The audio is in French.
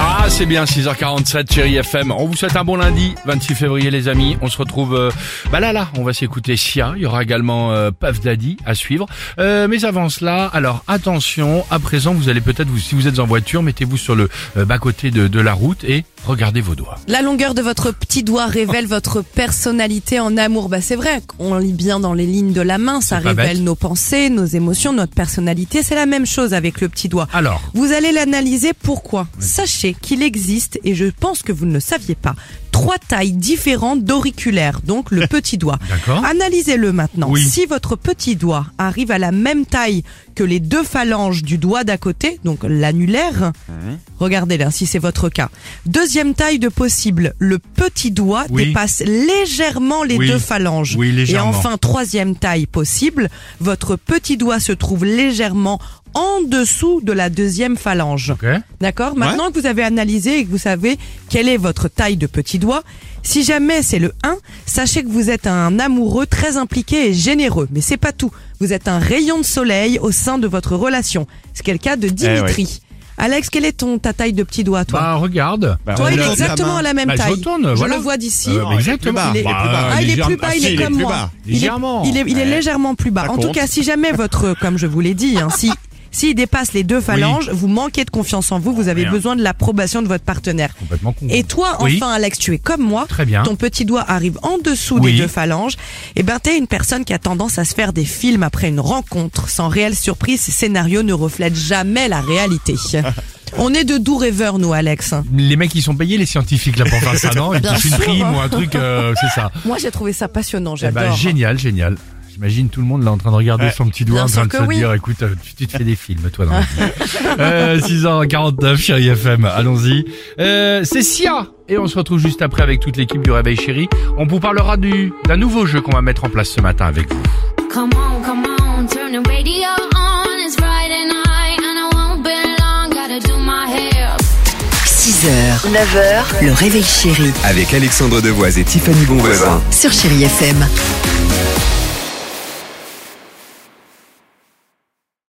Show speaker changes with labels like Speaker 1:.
Speaker 1: Ah, c'est bien, 6h47, chérie FM. On vous souhaite un bon lundi, 26 février, les amis. On se retrouve, euh, bah là, là, on va s'écouter Sia. Il y aura également euh, Puff Daddy à suivre. Euh, mais avant cela, alors attention, à présent, vous allez peut-être, vous, si vous êtes en voiture, mettez-vous sur le euh, bas-côté de, de la route et regardez vos doigts.
Speaker 2: La longueur de votre petit doigt révèle
Speaker 1: Oh.
Speaker 2: votre personnalité en amour. Bah c'est vrai, on lit bien dans les lignes de la main, ça
Speaker 1: C'est pas
Speaker 2: révèle
Speaker 1: bête.
Speaker 2: nos pensées, nos émotions, notre personnalité. C'est la même chose avec le petit doigt.
Speaker 1: Alors,
Speaker 2: Vous allez l'analyser pourquoi Sachez qu'il existe, et je pense que vous ne le saviez pas, trois tailles différentes d'auriculaires, donc le petit doigt.
Speaker 1: D'accord.
Speaker 2: Analysez-le maintenant.
Speaker 1: Oui.
Speaker 2: Si votre petit doigt arrive à la même taille que les deux phalanges du doigt d'à côté, donc l'annulaire, regardez-le hein, si c'est votre cas. Deuxième taille de possible, le petit doigt
Speaker 1: Oui.
Speaker 2: dépasse légèrement les
Speaker 1: Oui.
Speaker 2: deux phalanges.
Speaker 1: Oui, légèrement.
Speaker 2: Et enfin, troisième taille possible, votre petit doigt se trouve légèrement en dessous de la deuxième phalange.
Speaker 1: ok.
Speaker 2: D'accord Maintenant que vous avez analysé et que vous savez quelle est votre taille de petit doigt, si jamais c'est le 1, sachez que vous êtes un amoureux très impliqué et généreux. Mais c'est pas tout. Vous êtes un rayon de soleil au sein de votre relation. C'est le cas
Speaker 1: Eh
Speaker 2: de Dimitri. Alex, quelle est ton, ta taille de petit doigt, toi
Speaker 1: Bah, regarde.
Speaker 2: Toi,
Speaker 3: on
Speaker 2: il est
Speaker 3: retourne la
Speaker 2: exactement
Speaker 3: main.
Speaker 2: à la même
Speaker 1: Bah, je
Speaker 2: taille.
Speaker 1: retourne, voilà.
Speaker 2: le vois d'ici.
Speaker 1: Euh, bah, exactement.
Speaker 3: bas, il est
Speaker 1: Bah,
Speaker 3: plus bas.
Speaker 1: euh,
Speaker 2: Ah, il est plus
Speaker 1: légèrement-
Speaker 2: bas, il
Speaker 3: si,
Speaker 2: est
Speaker 3: il est
Speaker 2: comme
Speaker 3: plus
Speaker 2: moi.
Speaker 3: bas.
Speaker 2: Il est-
Speaker 1: Légèrement.
Speaker 2: Il est, il est légèrement plus bas. en tout cas, si jamais votre, euh, comme je vous l'ai dit, hein, si, s'il dépasse les deux phalanges, vous manquez de confiance en vous, vous avez
Speaker 1: Rien.
Speaker 2: besoin de l'approbation de votre partenaire.
Speaker 1: Complètement con.
Speaker 2: Et toi, enfin,
Speaker 1: Oui.
Speaker 2: Alex, tu es comme moi.
Speaker 1: Très bien.
Speaker 2: Ton petit doigt arrive en dessous
Speaker 1: Oui.
Speaker 2: des deux phalanges. Et ben, t'es une personne qui a tendance à se faire des films après une rencontre. Sans réelle surprise, ces scénarios ne reflètent jamais la réalité. On est de doux rêveurs, nous, Alex.
Speaker 1: Les mecs, ils sont payés, les scientifiques, là, pour faire ça, non? Ils
Speaker 2: Bien
Speaker 1: touchent une
Speaker 2: sûr,
Speaker 1: prime
Speaker 2: hein.
Speaker 1: ou un truc, euh, c'est ça.
Speaker 2: Moi, j'ai trouvé ça passionnant.
Speaker 1: Eh
Speaker 2: J'adore.
Speaker 1: ben, génial, génial. J'imagine tout le monde là en train de regarder son petit
Speaker 2: Bien
Speaker 1: doigt, en train
Speaker 2: sûr
Speaker 1: de
Speaker 2: que
Speaker 1: se
Speaker 2: oui.
Speaker 1: dire, écoute, euh, tu, tu te fais des films, toi, dans la vie. euh, 6h49, chérie FM, allons-y. Euh, c'est Sia Et on se retrouve juste après avec toute l'équipe du Réveil Chéri. On vous parlera du d'un nouveau jeu qu'on va mettre en place ce matin avec vous.
Speaker 4: Come on, come on, turn the radio on. It's Friday night, and I won't be long. Gotta do my hair.
Speaker 5: 6h, 9h, le réveil chéri
Speaker 6: Avec Alexandre Devoise et Tiffany Bonvoisin.
Speaker 5: sur Chéri FM.